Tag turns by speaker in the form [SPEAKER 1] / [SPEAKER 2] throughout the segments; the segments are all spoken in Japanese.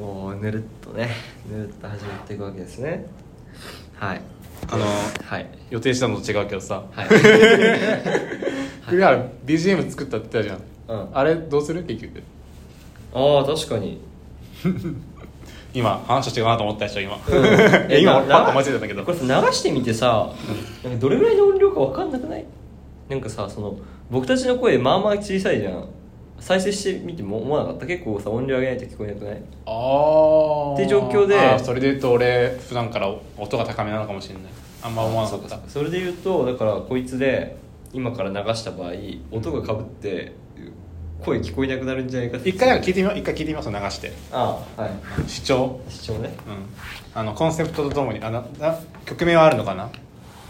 [SPEAKER 1] もうぬるっとねぬるっと始まっていくわけですねはい
[SPEAKER 2] あの
[SPEAKER 1] はい
[SPEAKER 2] 予定したのと違うけどさ
[SPEAKER 1] はい
[SPEAKER 2] 栗原 BGM 作ったって言ったじゃん、
[SPEAKER 1] うん
[SPEAKER 2] あれどうする結局
[SPEAKER 1] ああ確かに
[SPEAKER 2] 今話した違うなと思ったでしょ今、
[SPEAKER 1] うん
[SPEAKER 2] いや今俺
[SPEAKER 1] な
[SPEAKER 2] パッと間違えたんだけど
[SPEAKER 1] これさ流してみてさなんかどれぐらいの音量か分かんなくないなんかさその僕たちの声まあまあ小さいじゃん再生してみても思わなかった結構さ音量上げないと聞こえなくない
[SPEAKER 2] あーあ
[SPEAKER 1] って状況で
[SPEAKER 2] ーそれで言うと俺普段から音が高めなのかもしれないあんま思わなかった
[SPEAKER 1] そうそれで言うとだからこいつで今から流した場合音がかぶって声聞こえなくなるんじゃないかって
[SPEAKER 2] 一回なんか聞いてみよう一回聞いてみます流して
[SPEAKER 1] ああはい
[SPEAKER 2] 主張
[SPEAKER 1] 視聴ね
[SPEAKER 2] うんあのコンセプトとともにあなな曲名はあるのかな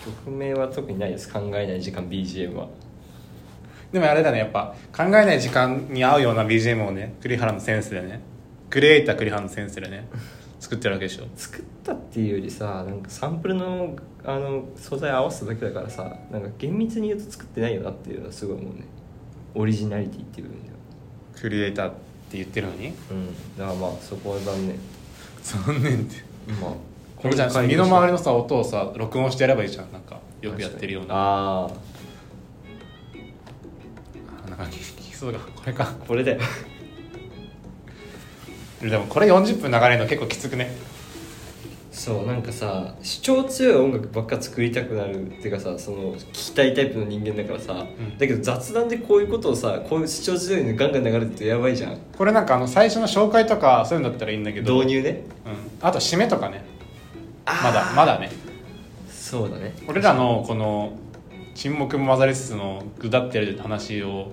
[SPEAKER 1] 曲名は特にないです考えない時間 BGM は
[SPEAKER 2] でもあれだねやっぱ考えない時間に合うような BGM をね栗原のセンスでねクリエイター栗原のセンスでね作ってるわけでしょ
[SPEAKER 1] 作ったっていうよりさなんかサンプルのあの素材合わせただけだからさなんか厳密に言うと作ってないよなっていうのはすごい思うねオリジナリティっていう部分では
[SPEAKER 2] クリエイターって言ってるのに
[SPEAKER 1] うんだからまあそこは残念
[SPEAKER 2] 残念って
[SPEAKER 1] まあ
[SPEAKER 2] これじゃあ身の回りのさ音をさ録音してやればいいじゃんなんかよくやってるような
[SPEAKER 1] ああ
[SPEAKER 2] あなんか聞きそうだこれか
[SPEAKER 1] これで
[SPEAKER 2] でもこれ40分流れるの結構きつくね
[SPEAKER 1] そうなんかさ主張強い音楽ばっか作りたくなるっていうかさその聞きたいタイプの人間だからさ、
[SPEAKER 2] ん
[SPEAKER 1] だけど雑談でこういうことをさこういう主張強いのガンガン流れてるとやばいじゃん
[SPEAKER 2] これなんかあの最初の紹介とかそういうのだったらいいんだけど
[SPEAKER 1] 導入ね
[SPEAKER 2] うん、あと締めとかねまだまだね
[SPEAKER 1] そうだね
[SPEAKER 2] 俺らのこの沈黙も混ざりつつのぐだってる話を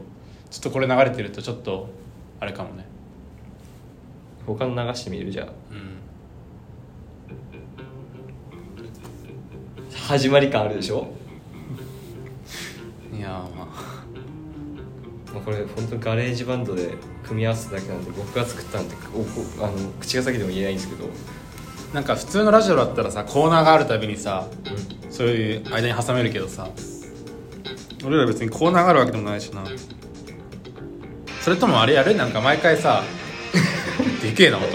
[SPEAKER 2] ちょっとこれ流れてるとちょっとあれかもね
[SPEAKER 1] 他の流してみるじゃあ
[SPEAKER 2] うん
[SPEAKER 1] 始まり感あるでしょ、
[SPEAKER 2] いやーま
[SPEAKER 1] まあ、これ本当ガレージバンドで組み合わせただけなんで僕が作ったんでおこあの口が先でも言えないんですけど、
[SPEAKER 2] あ なんか普通のラジオだったらさコーナーがあるたびにさそういう間に挟めるけどさ俺ら別にコーナーがあるわけでもないしなそれともあれやるなんか毎回 さでけえな音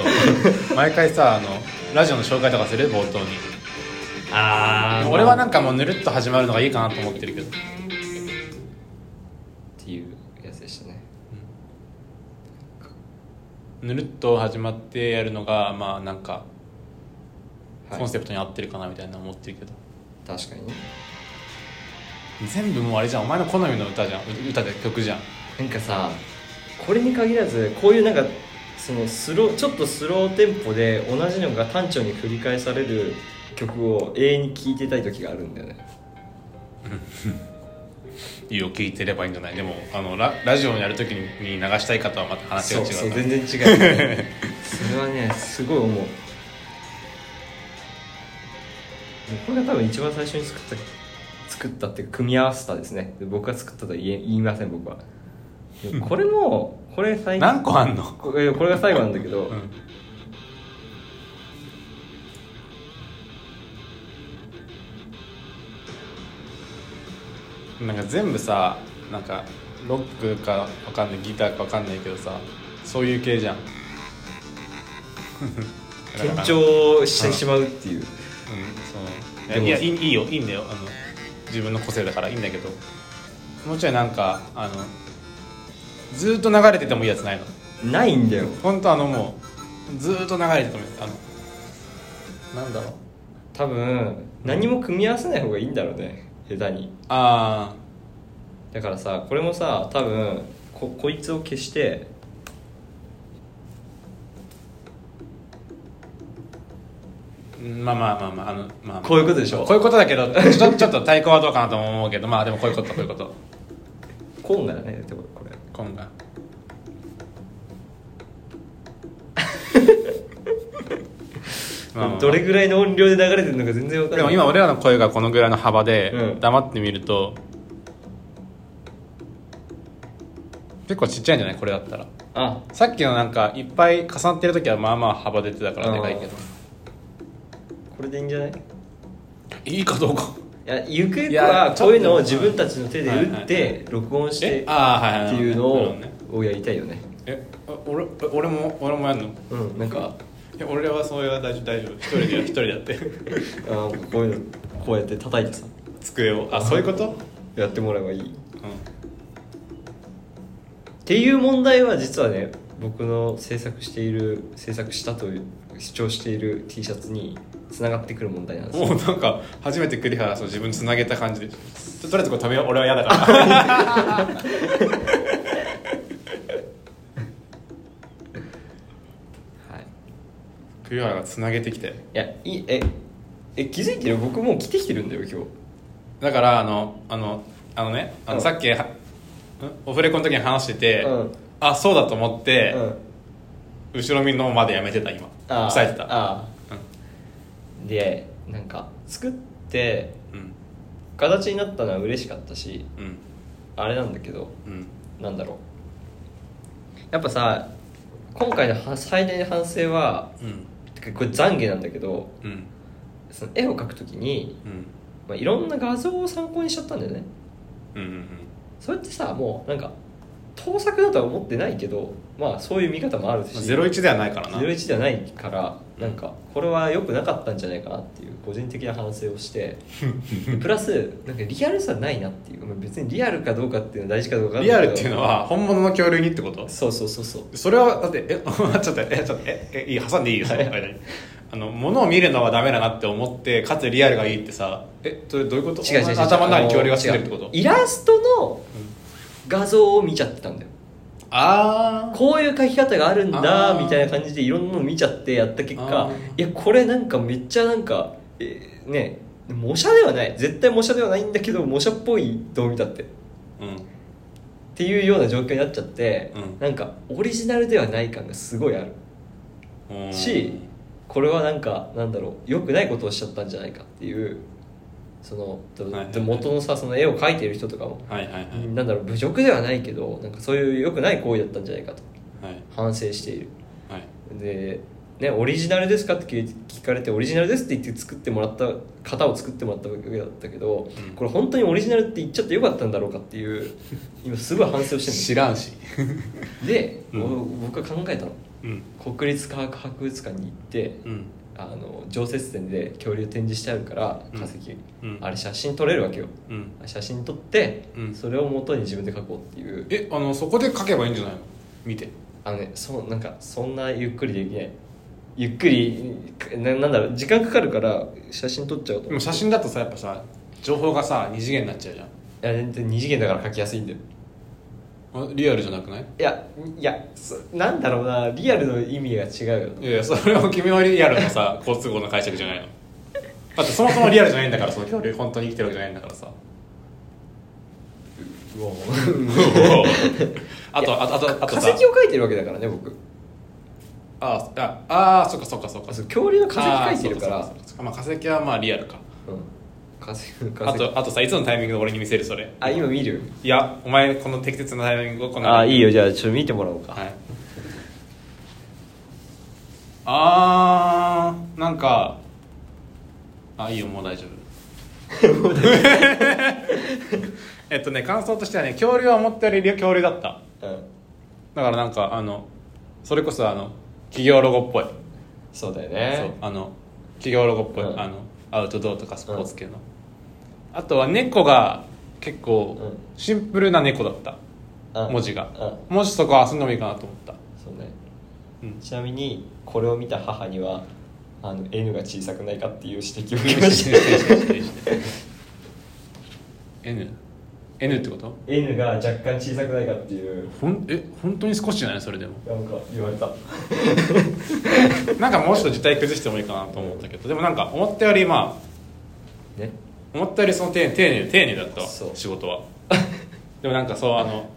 [SPEAKER 2] 毎回さあのラジオの紹介とかする冒頭に
[SPEAKER 1] あ
[SPEAKER 2] 俺は
[SPEAKER 1] な
[SPEAKER 2] なんかもうぬるっと始まるのがいいかなと思ってるけ
[SPEAKER 1] っ
[SPEAKER 2] ど
[SPEAKER 1] ていうやつでしたね
[SPEAKER 2] ぬるっと始まってやるのがまあなんか
[SPEAKER 1] はい
[SPEAKER 2] コンセプトに合ってるかなみたいな思ってるけど、
[SPEAKER 1] 確かにね
[SPEAKER 2] 全部もうあれじゃんお前の好みの歌じゃんう歌で曲じゃん
[SPEAKER 1] なんかさこれに限らずこういうなんかそのスローちょっとスローテンポで同じのが単調に繰り返される曲を永遠に聴いてたい時があるんだよね
[SPEAKER 2] いいよ聞いてればいいんじゃないでもあのララジオをやるときに流したい方はまた話が
[SPEAKER 1] そうそう
[SPEAKER 2] 違うから
[SPEAKER 1] 全然違う、 ね、それはねすごい思うこれが多分一番最初に作った作ったっていうか組み合わせたですね僕が作ったとは言え言いません僕はでもこれもこれ最
[SPEAKER 2] 何個あんの、
[SPEAKER 1] これこれが最後なんだけど、
[SPEAKER 2] うんなんか全部さなんかロックかわかんないギターかわかんないけどさそういう系 じゃん
[SPEAKER 1] 転調してしまうっていう
[SPEAKER 2] うんそ
[SPEAKER 1] で
[SPEAKER 2] う
[SPEAKER 1] も
[SPEAKER 2] いやいいいいよいいんだよあの自分の個性だからいいんだけどもうちょいなんかあのずーっと流れててもいいやつないの
[SPEAKER 1] ないんだよ
[SPEAKER 2] 本当あのもうずーっと流れててもいいあのなんだろう
[SPEAKER 1] 多分何も組み合わせない方がいいんだろうね下手に
[SPEAKER 2] あ
[SPEAKER 1] だからさこれもさ多分ここいつを消して
[SPEAKER 2] あまあまあまあまああのまあ、まあ、
[SPEAKER 1] こういうことでしょ
[SPEAKER 2] こういうことだけどちょちょ っと対抗はどうかなとも思うけどまあでもこういうことこういうこと
[SPEAKER 1] コーンがだねだってこれ
[SPEAKER 2] 今 回まあまあ
[SPEAKER 1] どれぐらいの音量で流れてるのか全然わかんな
[SPEAKER 2] で
[SPEAKER 1] い
[SPEAKER 2] も今俺らの声がこのぐらいの幅で
[SPEAKER 1] うん
[SPEAKER 2] 黙ってみると、結構ちっちゃいんじゃないこれだったら
[SPEAKER 1] あ
[SPEAKER 2] さっきのなんかいっぱい重なってる時はまあまあ幅出てたからでかいけど
[SPEAKER 1] これでいいんじゃないい
[SPEAKER 2] いいかどうか
[SPEAKER 1] やゆくゆく
[SPEAKER 2] いや
[SPEAKER 1] は
[SPEAKER 2] ちょ
[SPEAKER 1] こ
[SPEAKER 2] っと
[SPEAKER 1] ういうのを自分たちの手で打っ
[SPEAKER 2] はいはい
[SPEAKER 1] て録音して
[SPEAKER 2] え
[SPEAKER 1] っ
[SPEAKER 2] ああはいは
[SPEAKER 1] て
[SPEAKER 2] いは
[SPEAKER 1] いうの
[SPEAKER 2] なるほ
[SPEAKER 1] を
[SPEAKER 2] どね
[SPEAKER 1] をやりたいよね
[SPEAKER 2] えあ俺え俺も俺もやんの
[SPEAKER 1] うんなんか
[SPEAKER 2] や俺らはそれは大丈夫大丈夫一人 でや一人でやって
[SPEAKER 1] あなんかこういうのこうやって叩いてさ
[SPEAKER 2] 机をあそういうこと
[SPEAKER 1] やってもらえばいいっ
[SPEAKER 2] う
[SPEAKER 1] ていう問題は実はね僕の制作している制作したという主張している T シャツにつながってくる問題なんです
[SPEAKER 2] ん
[SPEAKER 1] よ
[SPEAKER 2] もうなんか初めて栗原そう自分つなげた感じでちょとりあえずこれ食べよう俺は嫌 だから
[SPEAKER 1] はい
[SPEAKER 2] 栗原がつなげてきて
[SPEAKER 1] いやいいええ気づいてる僕もう着てきてるんだよ今日
[SPEAKER 2] だからあのあのあのねあ
[SPEAKER 1] う
[SPEAKER 2] の
[SPEAKER 1] ん
[SPEAKER 2] さっきはんオフレコの時に話してて、
[SPEAKER 1] うん
[SPEAKER 2] あそうだと思って、
[SPEAKER 1] うん
[SPEAKER 2] 後ろ見るのまでやめてた今
[SPEAKER 1] あー
[SPEAKER 2] 抑えてた
[SPEAKER 1] あーでなんか作って
[SPEAKER 2] うん
[SPEAKER 1] 形になったのは嬉しかったし
[SPEAKER 2] うん
[SPEAKER 1] あれなんだけど
[SPEAKER 2] うん
[SPEAKER 1] なんだろうやっぱさ今回のは最大の反省は
[SPEAKER 2] うん
[SPEAKER 1] てかこれ懺悔なんだけど
[SPEAKER 2] うん
[SPEAKER 1] その絵を描くときに、
[SPEAKER 2] うん
[SPEAKER 1] まあ、いろんな画像を参考にしちゃったんだよね
[SPEAKER 2] うんうん
[SPEAKER 1] それってさもうなんか盗作だとは思ってないけどまあそういう見方もあるし
[SPEAKER 2] ゼロ一ではないからな
[SPEAKER 1] 01じゃないからなんかこれは良くなかったんじゃないかなっていう個人的な反省をして でプラスなんかリアルさないなっていうまあ別にリアルかどうかっていうのは大事かどうか
[SPEAKER 2] リアルっていう
[SPEAKER 1] は
[SPEAKER 2] のは本物の恐竜にってこと
[SPEAKER 1] そうそうそうそう
[SPEAKER 2] それはだってえちょっとえちょっとええいい挟んでいいよその間にあの物を見るのはダメだなって思ってかつリアルがいいってさえそれどういうこと
[SPEAKER 1] 違う違う違う
[SPEAKER 2] 頭の中に恐竜が
[SPEAKER 1] つ
[SPEAKER 2] つ
[SPEAKER 1] い
[SPEAKER 2] いてるってこと
[SPEAKER 1] イラストの画像を見ちゃってたんだよ
[SPEAKER 2] ああ
[SPEAKER 1] こういう描き方があるん
[SPEAKER 2] あ
[SPEAKER 1] だ
[SPEAKER 2] ー
[SPEAKER 1] みたいな感じでいろんなの見ちゃってやった結
[SPEAKER 2] あ
[SPEAKER 1] 果いや
[SPEAKER 2] ー
[SPEAKER 1] これなんかめっちゃなんか、えーね模写ではない絶対模写ではないんだけど模写っぽいどう見たって
[SPEAKER 2] うん
[SPEAKER 1] っていうような状況になっちゃって、
[SPEAKER 2] うん
[SPEAKER 1] なんかオリジナルではない感がすごいある
[SPEAKER 2] うん
[SPEAKER 1] しこれはなんかなんだろう良くないことをしちゃったんじゃないかっていうその、
[SPEAKER 2] いはいはい
[SPEAKER 1] 元のさその絵を描いている人とかも、
[SPEAKER 2] はいはいはい
[SPEAKER 1] なんだろう侮辱ではないけどなんかそういう良くない行為だったんじゃないかと
[SPEAKER 2] はい
[SPEAKER 1] 反省している
[SPEAKER 2] はい
[SPEAKER 1] で、ね、オリジナルですかって聞い聞かれてオリジナルですって言って作ってもらった型を作ってもらったわけだったけど、
[SPEAKER 2] うん
[SPEAKER 1] これ本当にオリジナルって言っちゃってよかったんだろうかっていう今すごい反省をしてる
[SPEAKER 2] 知らんし
[SPEAKER 1] で、
[SPEAKER 2] うん
[SPEAKER 1] お僕は考えたの
[SPEAKER 2] うん
[SPEAKER 1] 国立科学博物館に行って
[SPEAKER 2] うん
[SPEAKER 1] あの常設展で恐竜展示してあるから
[SPEAKER 2] うん
[SPEAKER 1] 化石、
[SPEAKER 2] うん
[SPEAKER 1] あれ写真撮れるわけよ
[SPEAKER 2] うん
[SPEAKER 1] 写真撮って、
[SPEAKER 2] うん
[SPEAKER 1] それを元に自分で描こうっていう
[SPEAKER 2] えあのそこで書けばいいんじゃないの見て
[SPEAKER 1] あのねそうなんかそんなゆっくりできないゆっくりななんだろう時間かかるから写真撮っちゃうと
[SPEAKER 2] でも
[SPEAKER 1] い
[SPEAKER 2] 写真だとさやっぱさ情報がさ二次元になっちゃうじゃん
[SPEAKER 1] や全然二次元だから描きやすいんだよ
[SPEAKER 2] あリアルじゃなくない
[SPEAKER 1] いやいやそなんだろうなリアルの意味が違うよ
[SPEAKER 2] いやいやそれは君はリアルの さ好都合の解釈じゃないのだってそもそもリアルじゃないんだからその恐竜本当に生きてるわけじゃないんだ からさ
[SPEAKER 1] うお
[SPEAKER 2] あとあとあとあと
[SPEAKER 1] 化
[SPEAKER 2] さ
[SPEAKER 1] 石を描いてるわけだからね僕
[SPEAKER 2] ああああそっかそっかそっか
[SPEAKER 1] あそう恐竜の化石描いてるから
[SPEAKER 2] あーそうそうそうそうまあ化石はまあリアルか
[SPEAKER 1] うん化石化
[SPEAKER 2] あ
[SPEAKER 1] 石
[SPEAKER 2] とあとさいつのタイミングで俺に見せるそれ
[SPEAKER 1] あ今見る
[SPEAKER 2] いやお前この適切なタイミングをこの
[SPEAKER 1] あいいよじゃあちょっと見てもらおうか、
[SPEAKER 2] はい、あーなんかあいいよもう大丈夫 えっとね感想としてはね恐竜は思ったより恐竜だった
[SPEAKER 1] うん
[SPEAKER 2] だからなんかあのそれこそあの企業ロゴっぽい
[SPEAKER 1] そうだよ
[SPEAKER 2] そう
[SPEAKER 1] ね
[SPEAKER 2] あの企業ロゴっぽい、
[SPEAKER 1] うん
[SPEAKER 2] あのアウトドアとかスポーツ系の、あとは猫が結構
[SPEAKER 1] うん
[SPEAKER 2] シンプルな猫だった、
[SPEAKER 1] うん
[SPEAKER 2] 文字が
[SPEAKER 1] う
[SPEAKER 2] もしそこ遊んでもいいかなと思った
[SPEAKER 1] んそうね
[SPEAKER 2] うん
[SPEAKER 1] ちなみにこれを見た母にはあの N が小さくないかっていう指摘を受けました
[SPEAKER 2] N?N ってこと
[SPEAKER 1] N が若干小さくないかっていう
[SPEAKER 2] ほんえ本当に少しじゃないそれでも
[SPEAKER 1] なんか言われた
[SPEAKER 2] なんかもうちょっと時体崩してもいいかなと思ったけどでもなんか思ったよりまあ
[SPEAKER 1] ね
[SPEAKER 2] 思ったよりその丁寧丁寧丁寧だったわ
[SPEAKER 1] そう
[SPEAKER 2] 仕事はでもなんかそうあの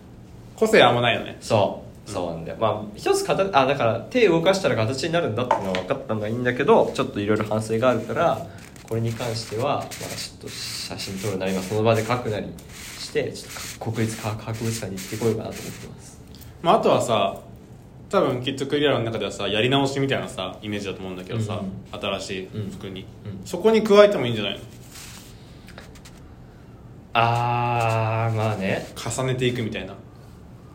[SPEAKER 2] 個性あんまないよね
[SPEAKER 1] そうそうなんだよ、まあ一つ形あだから手動かしたら形になるんだっていうのは分かったのがいいんだけどちょっといろいろ反省があるからこれに関しては、まあ、ちょっと写真撮るなりまあその場で描くなりしてちょっと国立科学博物館に行ってこようかなと思ってます
[SPEAKER 2] まああとはさ多分きっとクリアの中ではさやり直しみたいなさイメージだと思うんだけどさ、
[SPEAKER 1] う
[SPEAKER 2] 新しい服に、
[SPEAKER 1] うんうん
[SPEAKER 2] そこに加えてもいいんじゃないの
[SPEAKER 1] あーまあね
[SPEAKER 2] 重ねていくみたいな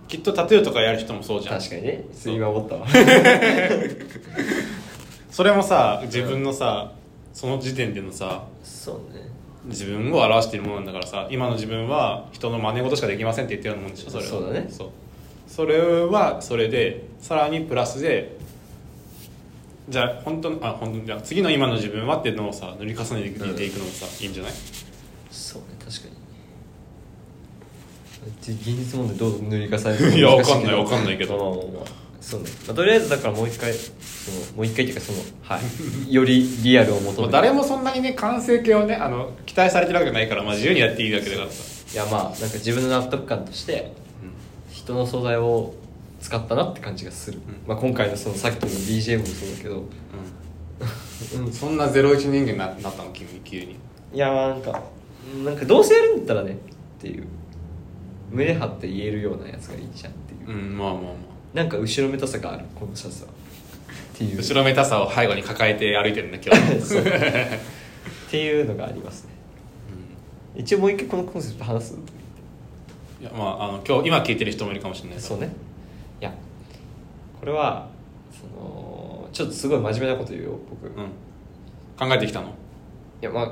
[SPEAKER 2] きっとタトゥーとかやる人もそうじゃん
[SPEAKER 1] 確かにね今思ったわ
[SPEAKER 2] それもさ自分のさその時点でのさ
[SPEAKER 1] そうね
[SPEAKER 2] 自分を表しているものなんだからさ今の自分は人の真似事しかできませんって言ってるようなもんでしょそれは
[SPEAKER 1] そうだね
[SPEAKER 2] そうそれはそれでさらにプラスでじゃあ本当のあ本当のじゃあ次の今の自分はっていうのをさ塗り重ねていくのもさ、いいんじゃない
[SPEAKER 1] そうね確かにで現実問題どう塗り重ね
[SPEAKER 2] いや
[SPEAKER 1] 難しけど
[SPEAKER 2] わかんないわかんないけど
[SPEAKER 1] まあまあまあそうね、まあ、とりあえずだからもう一回そのもう一回っていうかそのはいよりリアルを求め
[SPEAKER 2] まあ
[SPEAKER 1] て
[SPEAKER 2] 誰もそんなにね完成形をねあの期待されてるわけないから、まあ、自由にやっていいわけだからさ、
[SPEAKER 1] いやまあなんか自分の納得感として人の素材を使ったなって感じがする、
[SPEAKER 2] うん
[SPEAKER 1] まあ、今回のそのさっきの BGM もそうだけど
[SPEAKER 2] うんうん、そんなゼロ一人間にななったの君急に
[SPEAKER 1] いやまあなんかなんかどうせやるんだったらねっていう胸張って言えるようなやつがいいじゃんっていう、
[SPEAKER 2] うんまあまあまあ
[SPEAKER 1] なんか後ろめたさがあるこのシャツはっていう
[SPEAKER 2] 後ろめたさを背後に抱えて歩いてるんだ今日
[SPEAKER 1] そうっていうのがありますね一応もう一回このコンセプト話す
[SPEAKER 2] いやまああの今日今聞いてる人もいるかもしれないから
[SPEAKER 1] そうねいやこれはそのちょっとすごい真面目なこと言うよ僕、
[SPEAKER 2] うん
[SPEAKER 1] い
[SPEAKER 2] 考えてきたの
[SPEAKER 1] やまあ、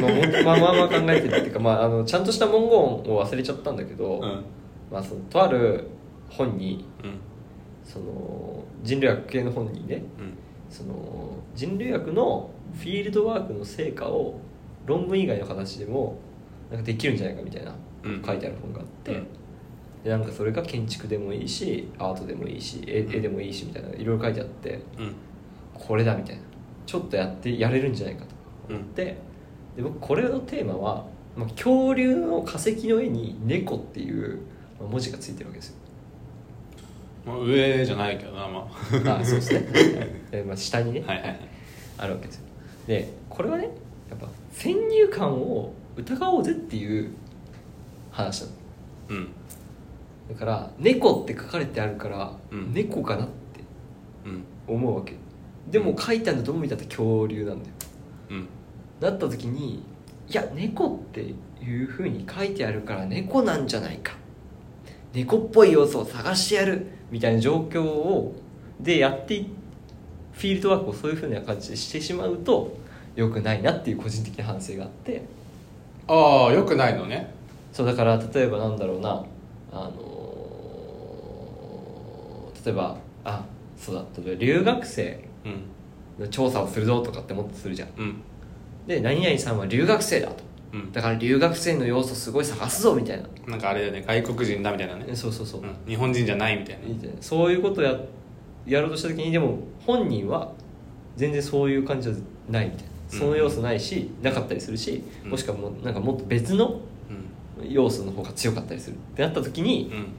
[SPEAKER 1] まあ、本当まあまあまあ考えてるっていうか、まあ、あのちゃんとした文言を忘れちゃったんだけど、
[SPEAKER 2] うんうん
[SPEAKER 1] まあ、そのとある本にその人類学系の本にね
[SPEAKER 2] うん
[SPEAKER 1] その人類学のフィールドワークの成果を論文以外の形でもなんかできるんじゃないかみたいな
[SPEAKER 2] うん
[SPEAKER 1] 書いてある本があって、
[SPEAKER 2] うん
[SPEAKER 1] でなんかそれが建築でもいいしアートでもいいし絵
[SPEAKER 2] うん
[SPEAKER 1] 絵でもいいしみたいないろいろ書いてあって
[SPEAKER 2] うん
[SPEAKER 1] これだみたいなちょっとやってやれるんじゃないかと
[SPEAKER 2] うん
[SPEAKER 1] 思ってで僕これのテーマは、まあ、恐竜の化石の絵に「猫」っていうまあ文字がついてるわけですよ。
[SPEAKER 2] まあ、上じゃないけどなま あ
[SPEAKER 1] あそうですねえまあ下にね、
[SPEAKER 2] はいはいはい
[SPEAKER 1] あるわけですよでこれはねやっぱ先入観を疑おうぜっていう話なの
[SPEAKER 2] うん
[SPEAKER 1] だから「猫」って書かれてあるから、
[SPEAKER 2] うん
[SPEAKER 1] 猫かなって
[SPEAKER 2] うん
[SPEAKER 1] 思うわけでも書いてあるのどう見たって恐竜なんだよ
[SPEAKER 2] うん
[SPEAKER 1] なった時にいや猫っていうふうに書いてあるから猫なんじゃないか猫っぽい要素を探してやるみたいな状況をでやっていフィールドワークをそういうふうな形でしてしまうと良くないなっていう個人的な反省があって
[SPEAKER 2] ああよくないのね
[SPEAKER 1] そうだから例えばなんだろうなあのー例えばあそうだ例えば留学生
[SPEAKER 2] うん
[SPEAKER 1] の調査をするぞとかってもっとするじゃん
[SPEAKER 2] うん
[SPEAKER 1] で何々さんは留学生だと
[SPEAKER 2] うん
[SPEAKER 1] だから留学生の要素すごい探すぞみたいな
[SPEAKER 2] なんかあれだよね外国人だみたいなね、
[SPEAKER 1] そうそうそう、
[SPEAKER 2] うん、日本人じゃないみたいな
[SPEAKER 1] みたいなそういうことをややろうとした時にでも本人は全然そういう感じはないみたいな
[SPEAKER 2] うん
[SPEAKER 1] その要素ないし、なかったりするし
[SPEAKER 2] うん
[SPEAKER 1] もしくはもうなんかもっと別の
[SPEAKER 2] うん
[SPEAKER 1] 要素の方が強かったりするってなった時に、
[SPEAKER 2] うん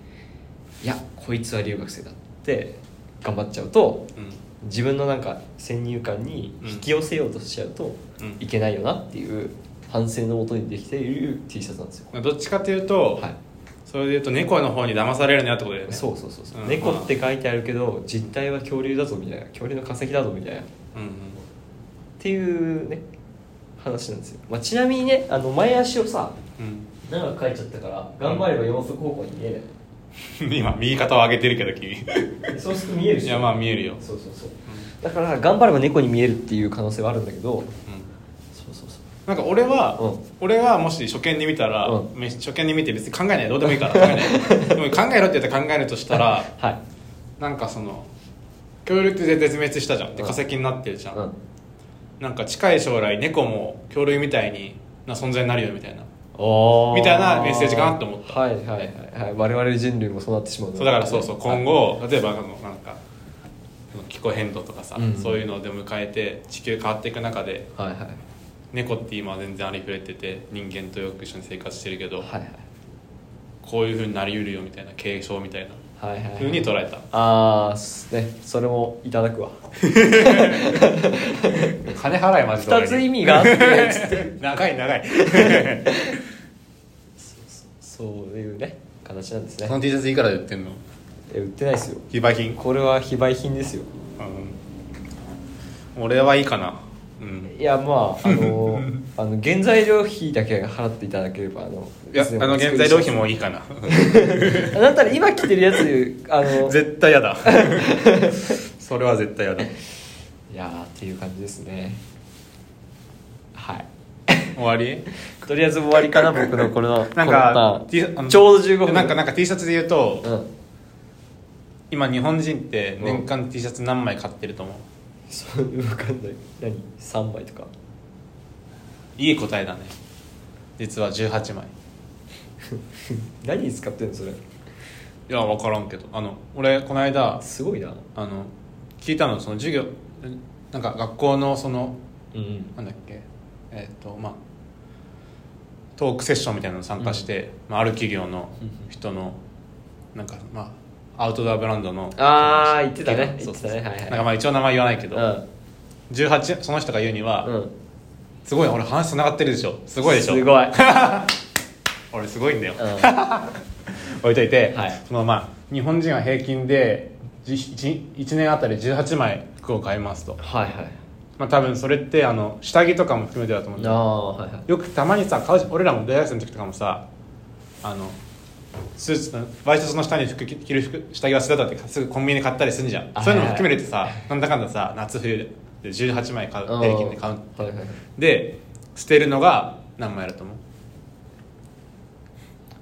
[SPEAKER 1] いやこいつは留学生だって頑張っちゃうと
[SPEAKER 2] うん
[SPEAKER 1] 自分のなんか先入観に引き寄せようとしちゃうと
[SPEAKER 2] うん
[SPEAKER 1] いけないよなっていう反省のもとにできている T シャツなんですよ。
[SPEAKER 2] まあどっちかというと、
[SPEAKER 1] はい
[SPEAKER 2] それでいうと猫の方に騙されるなってことだよね
[SPEAKER 1] そうそうそうそう、
[SPEAKER 2] うん
[SPEAKER 1] 猫って書いてあるけど実態は恐竜だぞみたいな恐竜の化石だぞみたいなっ
[SPEAKER 2] うんうん
[SPEAKER 1] ていうね話なんですよ、まあ、ちなみにねあの前足をさ
[SPEAKER 2] う
[SPEAKER 1] 長く書いちゃったから頑張れば四足方向に見え
[SPEAKER 2] ん 今右肩を上げてるけど君
[SPEAKER 1] ない、そうすると見えるし
[SPEAKER 2] いやまあ見えるよ
[SPEAKER 1] そうそうそうだから頑張れば猫に見えるっていう可能性はあるんだけどそうそうそう
[SPEAKER 2] なんか俺は、
[SPEAKER 1] うん
[SPEAKER 2] 俺はもし初見で見たら、
[SPEAKER 1] うん
[SPEAKER 2] め初見で見て別に考えないどうでもいい から考えないでも考えろって言ったら考えるとしたら
[SPEAKER 1] はい
[SPEAKER 2] なんかその恐竜って絶滅したじゃんで
[SPEAKER 1] うん
[SPEAKER 2] 化石になってるじゃん、
[SPEAKER 1] うん
[SPEAKER 2] なんか近い将来猫も恐竜みたいにな存在になるよみたいな
[SPEAKER 1] おー
[SPEAKER 2] みたいなメッセージかなと思った
[SPEAKER 1] はいはいはい、はい、我々人類もそうなってしまうの
[SPEAKER 2] そうだからそうそう
[SPEAKER 1] はい
[SPEAKER 2] 今後例えばあのなんか気候変動とかさ、
[SPEAKER 1] うん
[SPEAKER 2] そういうので迎えて地球変わっていく中で
[SPEAKER 1] はいはい
[SPEAKER 2] 猫って今全然ありふれてて人間とよく一緒に生活してるけど、
[SPEAKER 1] はいはい
[SPEAKER 2] こういうふうになりうるよみたいな継承みたいな
[SPEAKER 1] はいはいはい
[SPEAKER 2] ふうに捉えた
[SPEAKER 1] ああねそれもいただ くわ
[SPEAKER 2] 金払いマジ
[SPEAKER 1] 二つ意味があってつって
[SPEAKER 2] 長い長い
[SPEAKER 1] そういうね形なんです
[SPEAKER 2] そ
[SPEAKER 1] ね
[SPEAKER 2] の T シャツいくらで売ってんの
[SPEAKER 1] え売ってないですよ
[SPEAKER 2] 非売品
[SPEAKER 1] これは非売品ですよ
[SPEAKER 2] 俺はいいかなうん
[SPEAKER 1] いやまああの あの原材料費だけ払っていただければあの
[SPEAKER 2] いや
[SPEAKER 1] いつで
[SPEAKER 2] あの
[SPEAKER 1] 作
[SPEAKER 2] 原
[SPEAKER 1] り
[SPEAKER 2] 材料費もいいかな
[SPEAKER 1] あ なたら今 着てるやつあの
[SPEAKER 2] 絶対やだそれは絶対やだ
[SPEAKER 1] いやーっていう感じですねはい
[SPEAKER 2] 終わり
[SPEAKER 1] とりあえず終わりかな僕のこの
[SPEAKER 2] なん
[SPEAKER 1] こ
[SPEAKER 2] か
[SPEAKER 1] の
[SPEAKER 2] T-
[SPEAKER 1] タ
[SPEAKER 2] あ
[SPEAKER 1] ー
[SPEAKER 2] の
[SPEAKER 1] ンちょうど15分
[SPEAKER 2] なんかなんか T シャツで言うと、
[SPEAKER 1] うん
[SPEAKER 2] 今日本人って
[SPEAKER 1] うん
[SPEAKER 2] 年間 T シャツ何枚買ってると思う
[SPEAKER 1] そう分かんない何3枚とか
[SPEAKER 2] いい答えだね実は18枚
[SPEAKER 1] 何に使ってんのそれ
[SPEAKER 2] いや分からんけどあの俺この間
[SPEAKER 1] すごいな
[SPEAKER 2] あの聞いたのその授業なんか学校のその
[SPEAKER 1] うん
[SPEAKER 2] なんだっけえっ、とまあトークセッションみたいなの参加して、まあ、ある企業の人のなんかまあアウトドアブランドの
[SPEAKER 1] あー言ってたね
[SPEAKER 2] そうそう
[SPEAKER 1] 言ってたねはいはい
[SPEAKER 2] なんかまあ一応名前言わないけ
[SPEAKER 1] う
[SPEAKER 2] ど、
[SPEAKER 1] ん
[SPEAKER 2] 18その人が言うには、
[SPEAKER 1] うん
[SPEAKER 2] すごい俺話つながってるでしょすごいでしょ
[SPEAKER 1] すごい、 うん、
[SPEAKER 2] 俺すごいんだよ、置いといて、
[SPEAKER 1] はい
[SPEAKER 2] そのまあ日本人は平均で 1, 年あたり18枚服を買いますと、
[SPEAKER 1] はいはい
[SPEAKER 2] まあ、多分それってあの下着とかも含めてだと思うんだ
[SPEAKER 1] ああはいはい
[SPEAKER 2] よくたまにさ買うじゃん俺らも大学生の時とかもさあのスーツのワイシャツの下に服着着る服下着は捨てたってすぐコンビニで買ったりするじゃん
[SPEAKER 1] あ
[SPEAKER 2] そういうのも含めるとさなんだかんださ夏冬で18枚買う平均で買う
[SPEAKER 1] うんはいはい
[SPEAKER 2] で捨てるのが何枚だと思う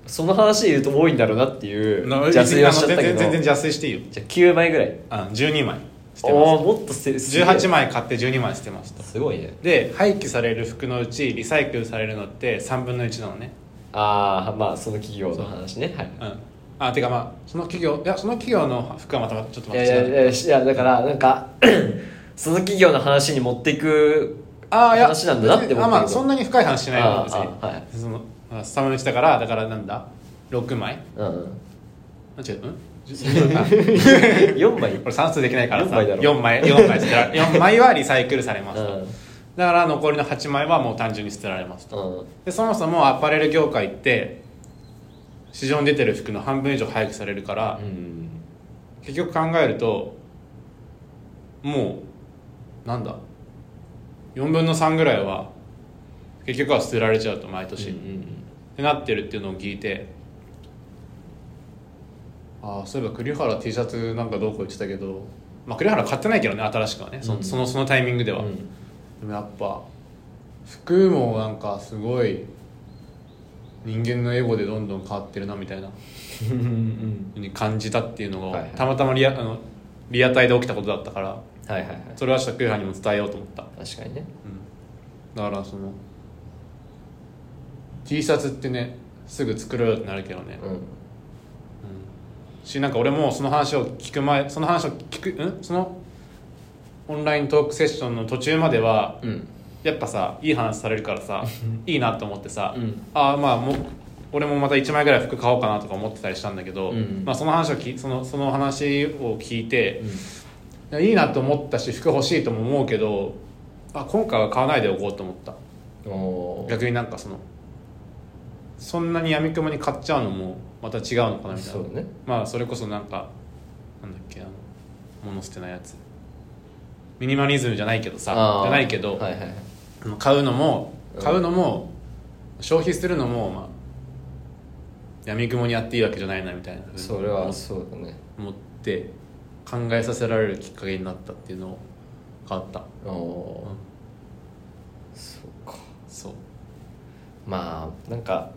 [SPEAKER 1] その話で言うと多いんだろうなっていう
[SPEAKER 2] な
[SPEAKER 1] 邪推はしちゃったけ
[SPEAKER 2] 全然
[SPEAKER 1] ど
[SPEAKER 2] 全然邪推していいよ
[SPEAKER 1] じゃあ9枚ぐらい
[SPEAKER 2] あ12枚捨て
[SPEAKER 1] お
[SPEAKER 2] ま
[SPEAKER 1] おもっと捨てる
[SPEAKER 2] す18
[SPEAKER 1] 枚
[SPEAKER 2] 枚買って12枚捨てますと
[SPEAKER 1] すごいね
[SPEAKER 2] で廃棄される服のうちリサイクルされるのって3分の1なのね
[SPEAKER 1] ああまあその企業の話ねはい
[SPEAKER 2] うんあてかまあその企業いやその企業の服はまたちょっと
[SPEAKER 1] い
[SPEAKER 2] また
[SPEAKER 1] や
[SPEAKER 2] 違
[SPEAKER 1] い
[SPEAKER 2] う
[SPEAKER 1] やいやいやだからなんか その企業の話に持っていく
[SPEAKER 2] ああいや
[SPEAKER 1] 話なんだなって思ったけど
[SPEAKER 2] あまあそんなに深い話しないよ別に
[SPEAKER 1] あああはい
[SPEAKER 2] そのあ3分の1だからだからなんだ6枚
[SPEAKER 1] うん
[SPEAKER 2] あ違ううん
[SPEAKER 1] 4枚
[SPEAKER 2] これ算数できないからさ
[SPEAKER 1] 四枚だろ
[SPEAKER 2] 4枚4枚捨てら4枚はリサイクルされますと、
[SPEAKER 1] うん
[SPEAKER 2] だから残りの8枚はもう単純に捨てられますと
[SPEAKER 1] うん
[SPEAKER 2] でそもそもアパレル業界って市場に出てる服の半分以上廃棄されるから、
[SPEAKER 1] うん
[SPEAKER 2] 結局考えるともうなんだ4分の3ぐらいは結局は捨てられちゃうと毎年、ってなってるっていうのを聞いてああそういえば栗原 T シャツなんかどうこう言ってたけど、まあ、栗原買ってないけどね新しくはねそ,、
[SPEAKER 1] うん
[SPEAKER 2] そのそのタイミングでは、
[SPEAKER 1] うん
[SPEAKER 2] でもやっぱ服もなんかすごい人間のエゴでどんどん変わってるなみたいな
[SPEAKER 1] うんうん
[SPEAKER 2] ふうに感じたっていうのが、
[SPEAKER 1] はいはい
[SPEAKER 2] たまたまリアあのリアタイで起きたことだったから
[SPEAKER 1] はいはいはい
[SPEAKER 2] それはちょっと栗原にも伝えようと思った
[SPEAKER 1] 確かにね
[SPEAKER 2] だからその T シャツってねすぐ作ろうよってなるけどね、
[SPEAKER 1] うん
[SPEAKER 2] しなんか俺もその話を聞く前その話を聞くんそのオンライントークセッションの途中までは
[SPEAKER 1] うん
[SPEAKER 2] やっぱさいい話されるからさいいなと思ってさ、
[SPEAKER 1] うん
[SPEAKER 2] ああまあもう俺もまた1枚ぐらい服買おうかなとか思ってたりしたんだけど、
[SPEAKER 1] うん
[SPEAKER 2] まあ、その話をきそのその話を聞いて、いやいいなと思ったし服欲しいとも思うけどあ今回は買わないでおこうと思った
[SPEAKER 1] おー
[SPEAKER 2] 逆になんかそのそんなにやみくもに買っちゃうのもまた違うのかなみたい
[SPEAKER 1] そ
[SPEAKER 2] な
[SPEAKER 1] うね
[SPEAKER 2] まあそれこそなんかなんだっけあの物捨てないやつミニマリズムじゃないけどさ
[SPEAKER 1] あー
[SPEAKER 2] じゃないけど、
[SPEAKER 1] はいはいはい
[SPEAKER 2] あの買うのも
[SPEAKER 1] うん
[SPEAKER 2] 買うのも、消費するのもまあやみくもにやっていいわけじゃないなみたいなふうに
[SPEAKER 1] それはそうだね
[SPEAKER 2] 思って考えさせられるきっかけになったっていうのがあった
[SPEAKER 1] おおー
[SPEAKER 2] うん
[SPEAKER 1] そうか
[SPEAKER 2] そう
[SPEAKER 1] まあなんか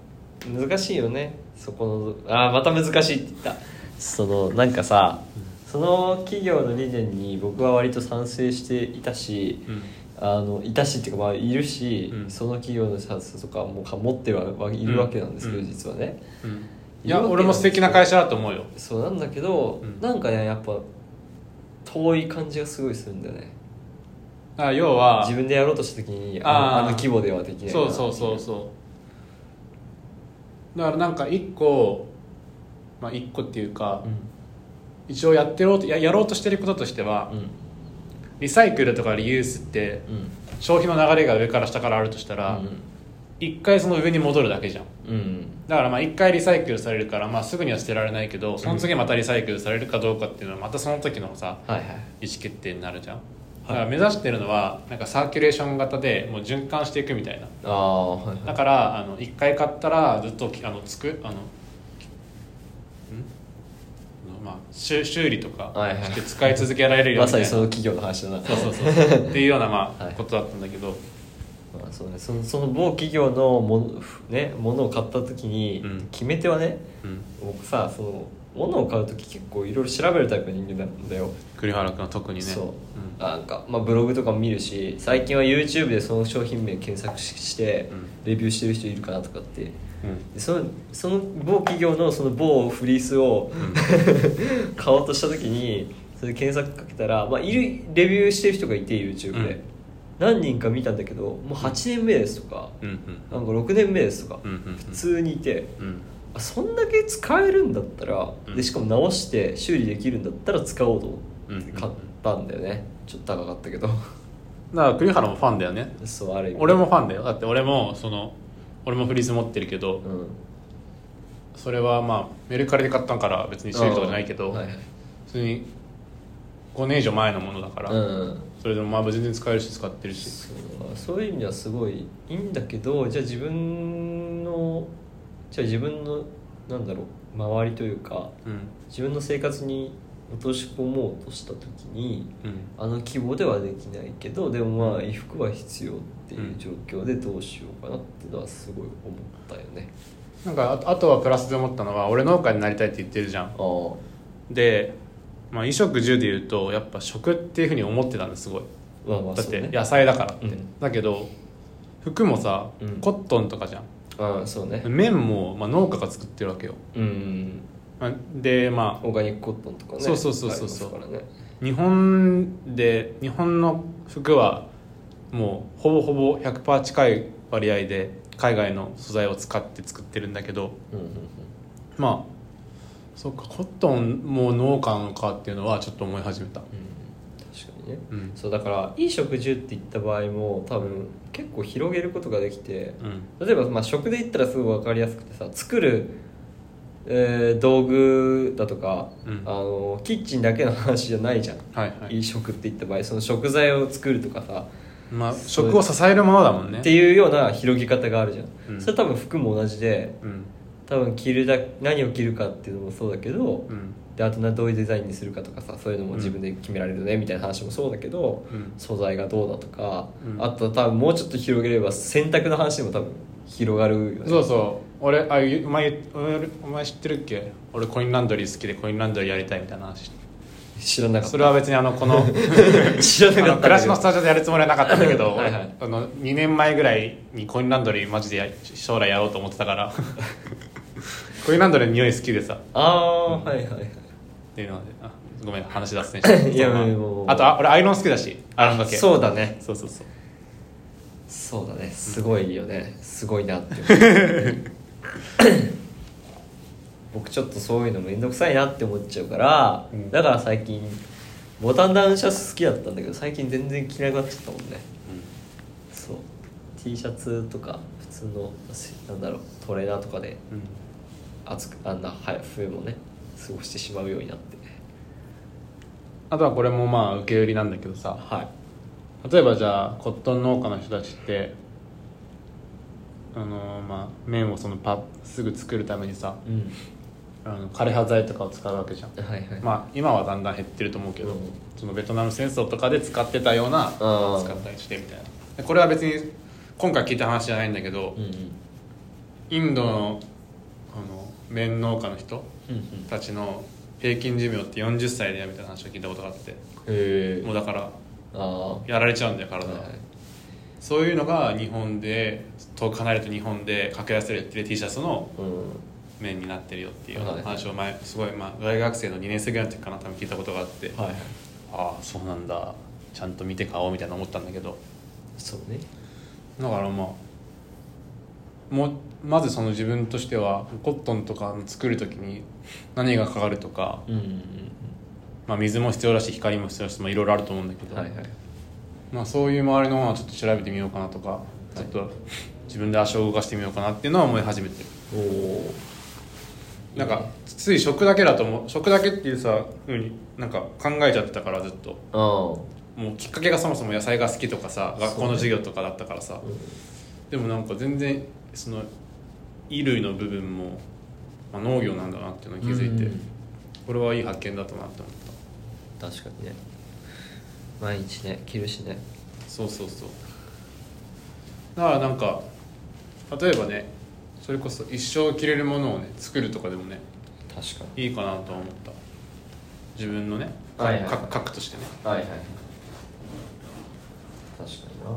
[SPEAKER 1] 難しいよねそこのあーまた難しいって言ったそのなんかさその企業の理念に僕は割と賛成していたし、
[SPEAKER 2] うん
[SPEAKER 1] あのいたしっていうかまあいるし、
[SPEAKER 2] うん
[SPEAKER 1] その企業のシャツとかもか持ってははいるわけなんですけど、
[SPEAKER 2] うん
[SPEAKER 1] 実はね
[SPEAKER 2] うんい
[SPEAKER 1] いいわけなんです
[SPEAKER 2] や
[SPEAKER 1] よ
[SPEAKER 2] 俺も素敵な会社だと思うよ
[SPEAKER 1] そうなんだけど、
[SPEAKER 2] うん
[SPEAKER 1] なんかねやっぱ遠い感じがすごいするんだよね
[SPEAKER 2] あ要は
[SPEAKER 1] 自分でやろうとした時にあのあ
[SPEAKER 2] あー
[SPEAKER 1] の規模ではできないな
[SPEAKER 2] そうそうそうそうだからなんか一個まあ一個っていうか、
[SPEAKER 1] う
[SPEAKER 2] 一応やってろうとややろうとしてることとしては、
[SPEAKER 1] んうん
[SPEAKER 2] リサイクルとかリユースって
[SPEAKER 1] うん
[SPEAKER 2] 消費の流れが上から下からあるとしたら一、回その上に戻るだけじゃん
[SPEAKER 1] うんうん
[SPEAKER 2] だからまあ一回リサイクルされるから、まあ、すぐには捨てられないけどその次またリサイクルされるかどうかっていうのはまたその時のさ
[SPEAKER 1] はいはい
[SPEAKER 2] 意思決定になるじゃんだから目指してるのはなんかサーキュレーション型でもう循環していくみたいな
[SPEAKER 1] ああはいはい
[SPEAKER 2] だからあの1回買ったらずっときあのつくあのんまあまあ、修修理とか
[SPEAKER 1] はいはい
[SPEAKER 2] して使い続けられるよう
[SPEAKER 1] ま
[SPEAKER 2] に
[SPEAKER 1] さにその企業の話だな
[SPEAKER 2] そうそうそうそうっていうような、まあ
[SPEAKER 1] はい
[SPEAKER 2] ことだったんだけど、
[SPEAKER 1] まあそうね、そのその某企業のもの,、ね、ものを買った時に
[SPEAKER 2] うん
[SPEAKER 1] 決め手はね、
[SPEAKER 2] うん、
[SPEAKER 1] 僕さそのものを買う時結構いろいろ調べるタイプの人間なんだよ、
[SPEAKER 2] 栗原君は特にね
[SPEAKER 1] そう、
[SPEAKER 2] ん
[SPEAKER 1] なんか、まあ、ブログとかも見るし最近は YouTube でその商品名検索しして
[SPEAKER 2] うん
[SPEAKER 1] レビューしてる人いるかなとかって
[SPEAKER 2] うん
[SPEAKER 1] でそのその某企業のその某フリースを 買おうとした時にそれ検索かけたら、まあ、いるレビューしてる人がいて YouTube で、
[SPEAKER 2] うん
[SPEAKER 1] 何人か見たんだけどもう8年目ですとか、
[SPEAKER 2] うん
[SPEAKER 1] なんか6年目ですとか、
[SPEAKER 2] うんうんうん
[SPEAKER 1] 普通にいて
[SPEAKER 2] うんうん
[SPEAKER 1] あそんだけ使えるんだったら、
[SPEAKER 2] うん
[SPEAKER 1] でしかも直して修理できるんだったら使おうと思っ
[SPEAKER 2] うん
[SPEAKER 1] て買ったんだよねちょっと高かったけど
[SPEAKER 2] だから栗原もファンだよね
[SPEAKER 1] そうある意味
[SPEAKER 2] 俺もファンだよだって俺もその俺もフリーズ持ってるけど、
[SPEAKER 1] うん
[SPEAKER 2] それはまあメルカリで買ったんから別に修理とかじゃないけど、
[SPEAKER 1] はいはい
[SPEAKER 2] 普通に5年以上前のものだから、
[SPEAKER 1] うん
[SPEAKER 2] それでもまあ全然使えるし使ってるし
[SPEAKER 1] そうそういう意味ではすごいいいんだけどじゃあ自分のじゃあ自分のなんだろう周りというか
[SPEAKER 2] うん
[SPEAKER 1] 自分の生活に落とし込もうとした時に
[SPEAKER 2] うん
[SPEAKER 1] あの規模ではできないけどでもまあ衣服は必要っていう状況でどうしようかなっていうのはすごい思ったよね。
[SPEAKER 2] なんかあとあとはプラスで思ったのは俺農家になりたいって言ってるじゃん
[SPEAKER 1] ああ
[SPEAKER 2] で、まあ、衣食住で言うとやっぱ食っていうふうに思ってたんですすごい
[SPEAKER 1] まあまあ
[SPEAKER 2] だっ
[SPEAKER 1] そう
[SPEAKER 2] て
[SPEAKER 1] ね。
[SPEAKER 2] 野菜だからって、
[SPEAKER 1] うん
[SPEAKER 2] だけど服もさ、
[SPEAKER 1] うん
[SPEAKER 2] コットンとかじゃん
[SPEAKER 1] ああそうね。
[SPEAKER 2] 麺も、まあ、農家が作ってるわけよ
[SPEAKER 1] うん。
[SPEAKER 2] まあでまあ
[SPEAKER 1] オーガニックコットンとかね。
[SPEAKER 2] そうそうそうそうそう
[SPEAKER 1] ありますからね。
[SPEAKER 2] 日本で日本の服はもうほぼほぼ100%近い割合で海外の素材を使って作ってるんだけど
[SPEAKER 1] うんうんうん。
[SPEAKER 2] まあそっかコットンも農家なのかっていうのはちょっと思い始めた
[SPEAKER 1] うん確かにね。
[SPEAKER 2] うん
[SPEAKER 1] そうだからいい食住って言った場合も多分結構広げることができて
[SPEAKER 2] うん
[SPEAKER 1] 例えばまあ食で言ったらすごい分かりやすくてさ作る、えー道具だとか、
[SPEAKER 2] うん
[SPEAKER 1] あのキッチンだけの話じゃないじゃん、
[SPEAKER 2] はいはい
[SPEAKER 1] い、い食って言った場合その食材を作るとかさ
[SPEAKER 2] まあ食を支えるものだもんね
[SPEAKER 1] っていうような広げ方があるじゃん、
[SPEAKER 2] うん
[SPEAKER 1] それ多分服も同じで
[SPEAKER 2] うん
[SPEAKER 1] 多分着るだ何を着るかっていうのもそうだけど、
[SPEAKER 2] うん
[SPEAKER 1] であとなどういうデザインにするかとかさそういうのも自分で決められるねみたいな話もそうだけど、
[SPEAKER 2] うん
[SPEAKER 1] 素材がどうだとか、
[SPEAKER 2] うん
[SPEAKER 1] あと多分もうちょっと広げれば洗濯の話でも多分広がるよね
[SPEAKER 2] そうそう俺あゆお前言俺お前知ってるっけ俺コインランドリー好きでコインランドリーやりたいみたいな話
[SPEAKER 1] 知らなかった
[SPEAKER 2] それは別にあの この
[SPEAKER 1] 知らなか
[SPEAKER 2] あ
[SPEAKER 1] ったんだけど
[SPEAKER 2] の暮らしのスタジオでやるつもりはなかったんだけど
[SPEAKER 1] はいはい
[SPEAKER 2] あの2年前ぐらいにコインランドリーマジでや将来やろうと思ってたから コインランドリーの匂い好きでさっ
[SPEAKER 1] ああ、はいはいはい
[SPEAKER 2] ていうのであごめん話脱線した
[SPEAKER 1] いや
[SPEAKER 2] そんな
[SPEAKER 1] もうもう
[SPEAKER 2] あとあ俺アイロン好きだしアイロンだけ
[SPEAKER 1] そうだね
[SPEAKER 2] そうそうそう
[SPEAKER 1] そうだねすごいよね、すごいなって 僕ちょっとそういうの面倒くさいなって思っちゃうから、
[SPEAKER 2] うん
[SPEAKER 1] だから最近ボタンダウンシャツ好きだったんだけど最近全然着なくなっちゃったもんねそう T シャツとか普通のせなんだろうトレーナーとかで
[SPEAKER 2] うん、うん
[SPEAKER 1] 暑くあんなはい冬もね過ごしてしまうようになって
[SPEAKER 2] あとはこれもまあ受け売りなんだけどさ
[SPEAKER 1] はい
[SPEAKER 2] 例えばじゃあコットン農家の人たちってあのまあ麺をそのパすぐ作るためにさ
[SPEAKER 1] うん
[SPEAKER 2] あの枯葉剤とかを使うわけじゃん、
[SPEAKER 1] はいはい、
[SPEAKER 2] まあ今はだんだん減ってると思うけど、
[SPEAKER 1] うん
[SPEAKER 2] そのベトナム戦争とかで使ってたような
[SPEAKER 1] あー
[SPEAKER 2] 使ったりしてみたいなでこれは別に今回聞いた話じゃないんだけど、
[SPEAKER 1] うんうん
[SPEAKER 2] インドのあの麺農家の人
[SPEAKER 1] うんうん
[SPEAKER 2] たちの平均寿命って40歳でやめた話を聞いたことがあって
[SPEAKER 1] へえ
[SPEAKER 2] もうだから
[SPEAKER 1] あ
[SPEAKER 2] やられちゃうんだよ体
[SPEAKER 1] あ
[SPEAKER 2] は、そういうのが日本で遠く離れた日本で格安で売ってる T シャツの
[SPEAKER 1] うん
[SPEAKER 2] 面になってるよっていうよう
[SPEAKER 1] は
[SPEAKER 2] ない話を前すごい、まあ、大学生の2年生ぐらいの時かな多分聞いたことがあって、
[SPEAKER 1] はい
[SPEAKER 2] ああそうなんだちゃんと見て買おうみたいな思ったんだけど
[SPEAKER 1] そうね
[SPEAKER 2] だからまあもうまずその自分としてはコットンとか作る時に何がかかるとか、
[SPEAKER 1] うんうん
[SPEAKER 2] まあ、水も必要だし光も必要だしまあいろいろあると思うんだ
[SPEAKER 1] う
[SPEAKER 2] け
[SPEAKER 1] ん
[SPEAKER 2] ど、
[SPEAKER 1] はいはい
[SPEAKER 2] まあ、そういう周りのものはちょっと調べてみようかなとか、
[SPEAKER 1] い
[SPEAKER 2] ちょっと自分で足を動かしてみようかなっていうのは思い始めてる
[SPEAKER 1] おお
[SPEAKER 2] なんかつい食だけだと思う食だけっていうさふうになんか考えちゃってたからずっと
[SPEAKER 1] あ
[SPEAKER 2] もうきっかけがそもそも野菜が好きとかさ学校の授業とかだったからさ、
[SPEAKER 1] あ、うん
[SPEAKER 2] でもなんか全然その衣類の部分も、まあ、農業なんだなっていうのに気づいて、
[SPEAKER 1] うん
[SPEAKER 2] これはいい発見だったなって思った
[SPEAKER 1] 確かにね毎日ね着るしね
[SPEAKER 2] そうそうそうだからなんか例えばねそれこそ一生着れるものをね作るとかでもね
[SPEAKER 1] 確か
[SPEAKER 2] いいかなとは思った自分のね
[SPEAKER 1] はいはい
[SPEAKER 2] 核核としてね
[SPEAKER 1] にはいはい確かにな、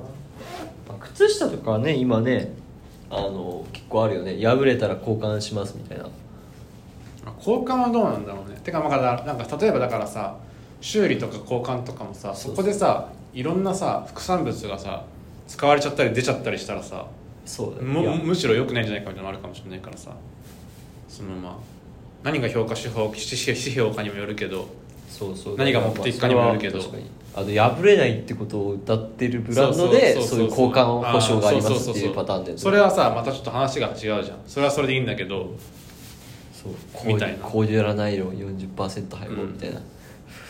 [SPEAKER 1] まあ靴下とかはね今ねあの結構あるよね破れたら交換しますみたいな
[SPEAKER 2] あ交換はどうなんだろうねてかまあだなんか例えばだからさ修理とか交換とかもさそこでさいろんなさ副産物がさ使われちゃったり出ちゃったりしたらさ
[SPEAKER 1] そうだね
[SPEAKER 2] む
[SPEAKER 1] いや
[SPEAKER 2] むしろ良くないんじゃないかみたいなのあるかもしれないからさそのまあ何が評価指標指標指標かにもよるけど
[SPEAKER 1] そうそう
[SPEAKER 2] 何が目的かにもよるけど
[SPEAKER 1] まあそれは確かにあの破れないってことを歌ってるブランドでそういう交換保証がありますっていうパターンで
[SPEAKER 2] それはさまたちょっと話が違うじゃんそれはそれでいいんだけど
[SPEAKER 1] そうコ
[SPEAKER 2] みたいな
[SPEAKER 1] ーデュラナイロン40%配合みたいな、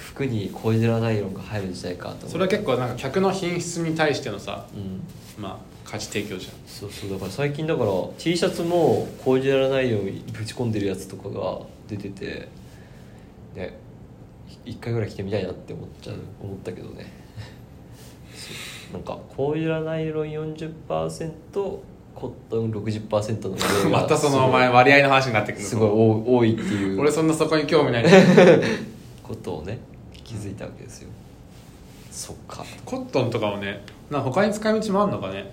[SPEAKER 1] 服にコーデュラナイロンが入る時代かと思う
[SPEAKER 2] それは結構なんか客の品質に対してのさ
[SPEAKER 1] うん
[SPEAKER 2] まあ価値提供じゃん
[SPEAKER 1] そうそうだから最近だから T シャツもコーデュラナイロンぶち込んでるやつとかが出ててね一回ぐらい着てみたいなって思っちゃう思ったけどね そうなんかコーデュラナイロン40%コットン60%の例が
[SPEAKER 2] またそのお前割合の話になってくる
[SPEAKER 1] すごい多い多いっていう
[SPEAKER 2] 俺そんなそこに興味ないんだけど
[SPEAKER 1] ことをね気づいたわけですよそっか
[SPEAKER 2] コットンとかをねなんか他に使い道もあんのかね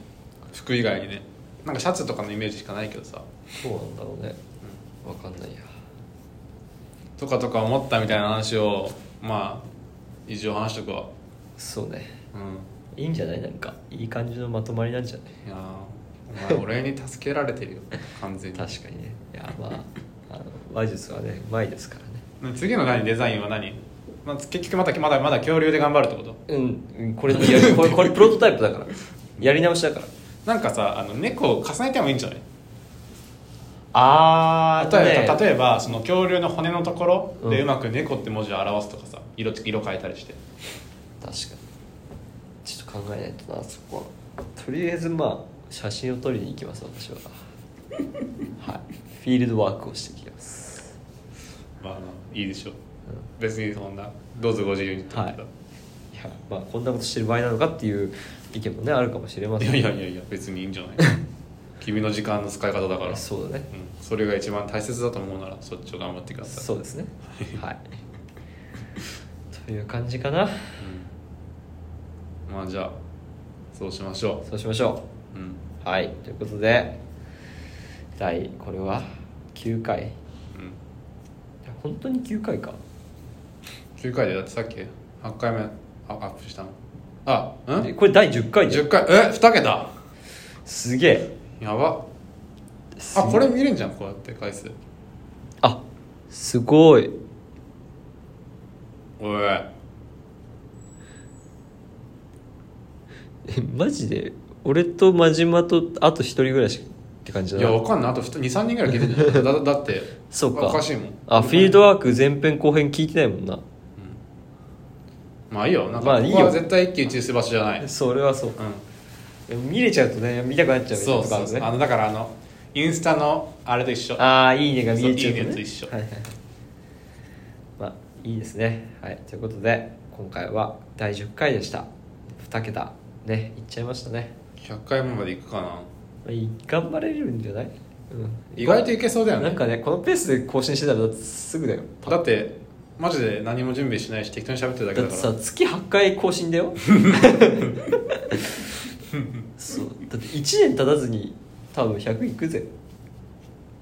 [SPEAKER 2] 服以外にねなんかシャツとかのイメージしかないけどさ
[SPEAKER 1] どうなんだろうねわかんないや
[SPEAKER 2] とかとか思ったみたいな話をまあ以上話しとくわ
[SPEAKER 1] そうね
[SPEAKER 2] うん
[SPEAKER 1] いいんじゃないなんかいい感じのまとまりなんじゃない
[SPEAKER 2] いやーお前俺に助けられてるよ 完全に
[SPEAKER 1] 確かにねいやま ああの話術はねうまいですからね
[SPEAKER 2] 次の何デザインは何、まあ、結局またまだまだ恐竜で頑張るってこと
[SPEAKER 1] うんうんこれや りこれこれプロトタイプだからやり直しだから
[SPEAKER 2] なんかさあの猫を重ねてもいいんじゃない
[SPEAKER 1] あ
[SPEAKER 2] 例え
[SPEAKER 1] え
[SPEAKER 2] ば
[SPEAKER 1] ば
[SPEAKER 2] 例えばその恐竜の骨のところで
[SPEAKER 1] うん
[SPEAKER 2] うまく「猫」って文字を表すとかさ色色変えたりして
[SPEAKER 1] 確かにちょっと考えないとなそこはとりあえずまあ写真を撮りに行きます 私ははいフィールドワークをしてきます
[SPEAKER 2] まあまあいいでしょう別にそんなどうぞご自由にってことだ
[SPEAKER 1] はいいやまあこんなことしてる場合なのかっていう意見もねあるかもしれません
[SPEAKER 2] いやいやいやいや別にいいん じゃない君の時間の使い方だからう、
[SPEAKER 1] そうだね
[SPEAKER 2] ん、それが一番大切だと思うならそっちを頑張ってください
[SPEAKER 1] そうですねはいという感じかな
[SPEAKER 2] うんまあじゃあそうしましょ
[SPEAKER 1] そうしましょ
[SPEAKER 2] う、うん
[SPEAKER 1] うはいということで第これは9回い
[SPEAKER 2] うん、
[SPEAKER 1] や本当に9回か
[SPEAKER 2] 9回でだってさっき8回目あアップしたのあうん
[SPEAKER 1] えこれ第10回じゃん
[SPEAKER 2] 10回え2桁
[SPEAKER 1] すげえ
[SPEAKER 2] やば
[SPEAKER 1] す
[SPEAKER 2] あこれ見れんじゃんこうやって回数
[SPEAKER 1] あすごい
[SPEAKER 2] おい
[SPEAKER 1] えマジで俺と真島とあと1人ぐらいしかって感じ
[SPEAKER 2] い
[SPEAKER 1] だ
[SPEAKER 2] や
[SPEAKER 1] な
[SPEAKER 2] わかんないあと23人ぐらい聞いてんじゃんだだって
[SPEAKER 1] そうか
[SPEAKER 2] おかしいもん
[SPEAKER 1] あフィールドワーク前編後編聞いてないもんな
[SPEAKER 2] まあいいよなん
[SPEAKER 1] ま
[SPEAKER 2] か
[SPEAKER 1] あいい
[SPEAKER 2] こ
[SPEAKER 1] よ
[SPEAKER 2] こは絶対一喜一憂する場所じゃない、うん
[SPEAKER 1] それはそうでも見れちゃうとね見たくなっちゃうみたい
[SPEAKER 2] そ
[SPEAKER 1] な
[SPEAKER 2] う
[SPEAKER 1] とこあ
[SPEAKER 2] そう
[SPEAKER 1] る
[SPEAKER 2] そう
[SPEAKER 1] ね
[SPEAKER 2] あのだからあのインスタのあれと一緒
[SPEAKER 1] ああーいいねが見えちゃう
[SPEAKER 2] そういいね
[SPEAKER 1] と
[SPEAKER 2] と
[SPEAKER 1] ね
[SPEAKER 2] 一緒
[SPEAKER 1] はいはいはいまあいいですねはいということで今回は第10回でした2桁ねいっちゃいましたね、
[SPEAKER 2] 100回目までいくかな
[SPEAKER 1] まあい頑張れるんじゃない、うん、
[SPEAKER 2] 意外といけそうだよね
[SPEAKER 1] なんかねこのペースで更新してたらだってすぐだよ
[SPEAKER 2] だってマジで何も準備しないし適当に喋ってるだけ
[SPEAKER 1] だっ
[SPEAKER 2] だ
[SPEAKER 1] てさ
[SPEAKER 2] から
[SPEAKER 1] 月8回更新だ よそうだって1年経たずに多分100いくぜ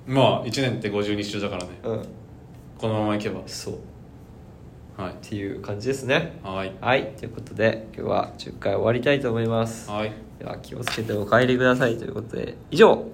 [SPEAKER 2] まあ1年って52週だからね
[SPEAKER 1] うん
[SPEAKER 2] このままいけば
[SPEAKER 1] そうっ
[SPEAKER 2] はい
[SPEAKER 1] ていう感じですね
[SPEAKER 2] はい
[SPEAKER 1] はいということで今日は10回終わりたいと思います
[SPEAKER 2] はい
[SPEAKER 1] では気をつけてお帰りくださいということで以上